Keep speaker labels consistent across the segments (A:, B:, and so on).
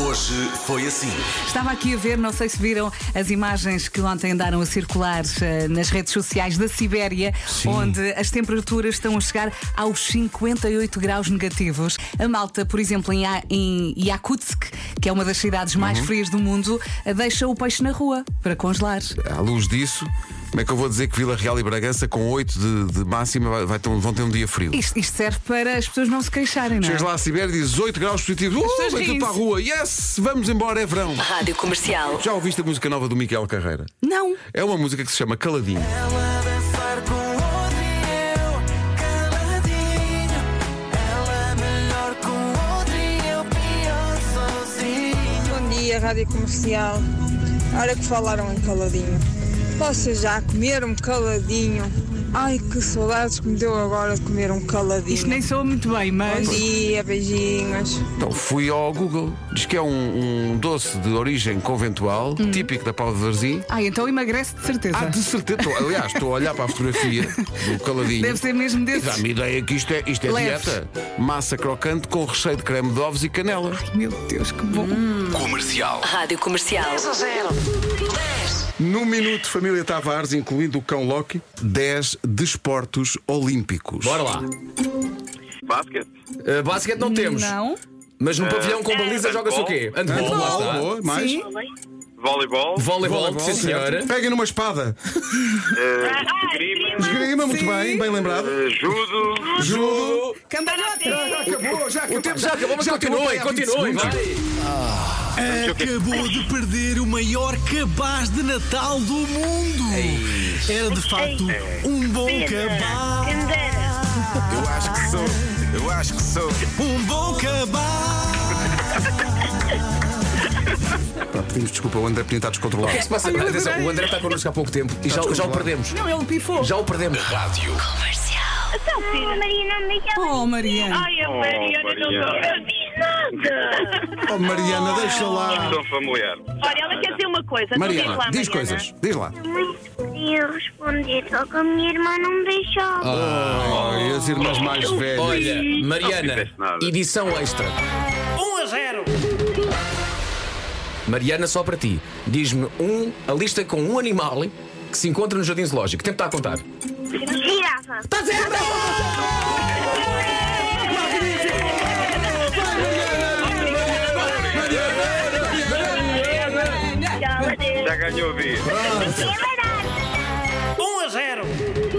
A: Hoje foi assim.
B: Estava aqui a ver, não sei se viram as imagens que ontem andaram a circular eh, nas redes sociais da Sibéria, onde as temperaturas estão a chegar aos 58 graus negativos. A malta, por exemplo, em, Ya- em Yakutsk, que é uma das cidades mais frias do mundo, eh, deixa o peixe na rua para congelar.
C: À luz disso, como é que eu vou dizer que Vila Real e Bragança, com 8 de, de máxima, vai- vai ter um- vão ter um dia frio?
B: Isto, isto serve para as pessoas não se queixarem, não é?
C: Chegas lá a Sibéria, 18 graus positivos, uh,
B: pessoas
C: vai tudo
B: riem-se.
C: para a rua, yes, vamos embora, é verão.
D: Rádio Comercial.
C: Já ouviste a música nova do Miquel Carreira?
B: Não.
C: É uma música que se chama Caladinho.
E: Ela dançar com outro e eu caladinho. Ela é melhor com outro e eu pior sozinho.
F: Bom dia, Rádio Comercial. A hora que falaram em caladinho. Vocês já comeram caladinho? Ai, que saudades que me deu agora de comer um
B: Isto nem é.
F: caladinho.
B: soa muito bem,
F: Bom
B: mas.
F: dia, beijinhos.
C: Então fui ao Google, diz que é um, um doce de origem conventual,
B: Hum.
C: típico da Pau de Varzim.
B: Ah, então emagrece de certeza.
C: Ah, de certeza, estou- aliás, estou a olhar para a fotografia do Caladinho.
B: Deve ser mesmo
C: E
B: desses.
C: Dá-me ideia que isto é, isto é
B: Leves.
C: dieta. Massa crocante com recheio de creme de ovos e canela.
B: Meu Deus, que bom.
A: Comercial.
D: Rádio Comercial.
C: No minuto, família Tavares, incluindo o cão Loki, 10 desportos olímpicos.
G: Bora lá.
H: Basket?
G: Uh, basquete não temos.
B: Não.
G: Mas no pavilhão com baliza joga-se o quê? Handball, lá
C: Boa,
G: está.
C: boa, mais.
B: Sim.
H: Voleibol?
G: Voleibol, sim senhora.
C: Peguem numa espada.
H: eh, Esgrima?
C: Esgrima, muito bem, bem lembrado.
H: eh, Judo?
C: Judo.
B: Cambalhota.
C: Acabou, já acabou.
G: O tempo já acabou, mas
C: acabou,
G: continuem,
C: tem há 20
G: continuem,
C: segundos.
G: vai.
I: Acabou de perder o maior cabaz de Natal do mundo. Era de facto
J: É.
I: um bom cabaz.
A: Eu acho que sou. Eu acho que sou.
I: Um bom cabaz.
C: Pá, Pedimos desculpa, o André Pinho está
G: O que é
C: descontrolado.
G: que se passa?
B: Ai, eu
G: Atenção,
B: adorei.
G: o André está connosco há pouco tempo e já, já o perdemos.
B: Não, ele pifou.
G: Já o perdemos.
J: Então, oh, Marina, me chama.
B: Oh, Mariana.
J: Ai, a
H: Oh,
J: Mariana, não
H: Mariana.
J: não diz nada.
C: Oh, Mariana, deixa lá.
H: São familiar.
J: Olha, ela quer dizer uma
E: Então
J: coisa.
C: Mariana,
J: não
C: diz
J: diz lá, Mariana.
C: coisas, diz lá.
J: Muito podia responder, só que a minha irmã não me deixou.
I: Ah.
C: Oh, e as irmãs mais velhas.
G: Ah, Olha,
H: Não
G: Mariana,
H: fizeste nada.
G: edição extra. 1 a 0. Mariana, só para ti. Diz-me um, a lista com um animal que se encontra no Jardim Zoológico. Tempo está a contar.
J: Girava.
I: Tá
J: Ela deu.
H: Já ganhou a vida.
J: É verdade.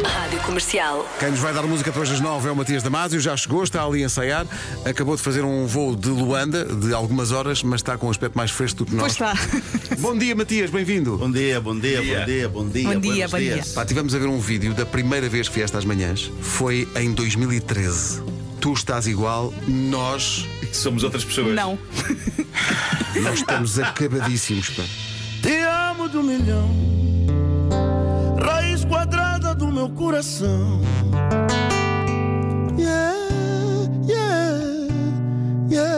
D: Rádio Comercial.
C: Quem nos vai dar música depois das nove é o Matias Damasio, já chegou, está ali a ensaiar, acabou de fazer um voo de Luanda de algumas horas, mas está com um aspecto mais fresco do que
B: Pois
C: nós.
B: está.
C: Bom dia, Matias, bem-vindo.
I: Bom dia, bom dia, bom dia, bom dia.
B: Bom dia,
I: é buenos
B: bom dia.
I: dias.
C: Pá, tivemos a ver um vídeo da primeira vez que vieste às manhãs, foi em 2013. Tu estás igual, nós,
I: Somos outras pessoas.
B: Não.
C: nós estamos acabadíssimos, pá.
E: Te amo de um milhão, raiz quadrada do meu coração. Yeah, yeah, yeah.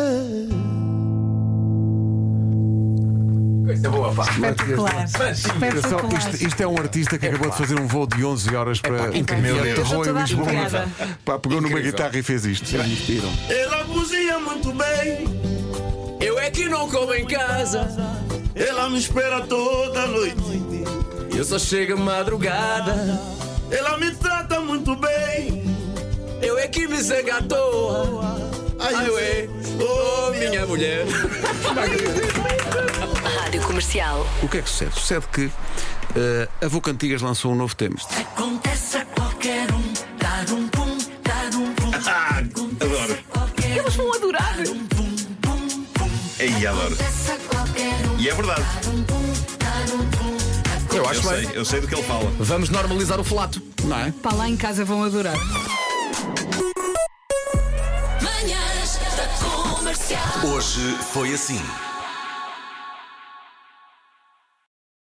G: Coisa boa, pá.
B: Espetacular.
C: Atenção,
B: Espetacular.
C: isto, isto é um artista que acabou de fazer um voo de 11 horas para
G: incrível.
C: Via
G: Eu
B: estou
C: Terror em
B: toda
C: Lisboa.
B: arrepiada.
C: Pá, pegou numa
G: Incrível.
C: guitarra e fez isto.
E: Ela cozinha muito bem,
G: Eu é que não como em casa.
E: ela me espera toda noite.
G: Eu só chego madrugada.
E: Ela me trata muito bem.
G: Eu é que me zego à toa. Ai, eu é. Oh, minha mulher.
D: Rádio Comercial.
C: O que é que sucede? Sucede que eh, a Vocantigas lançou um novo tema.
E: Acontece a qualquer um, dar um pum, dar um pum.
I: Adoro.
B: Eles vão adorar.
E: Pum, pum, pum.
I: Ei, adoro. E é verdade.
G: Eu acho bem.
I: sei, eu sei do que ele fala.
G: Vamos normalizar o flato.
C: Não é?
B: Para lá em casa vão adorar.
A: Hoje foi assim.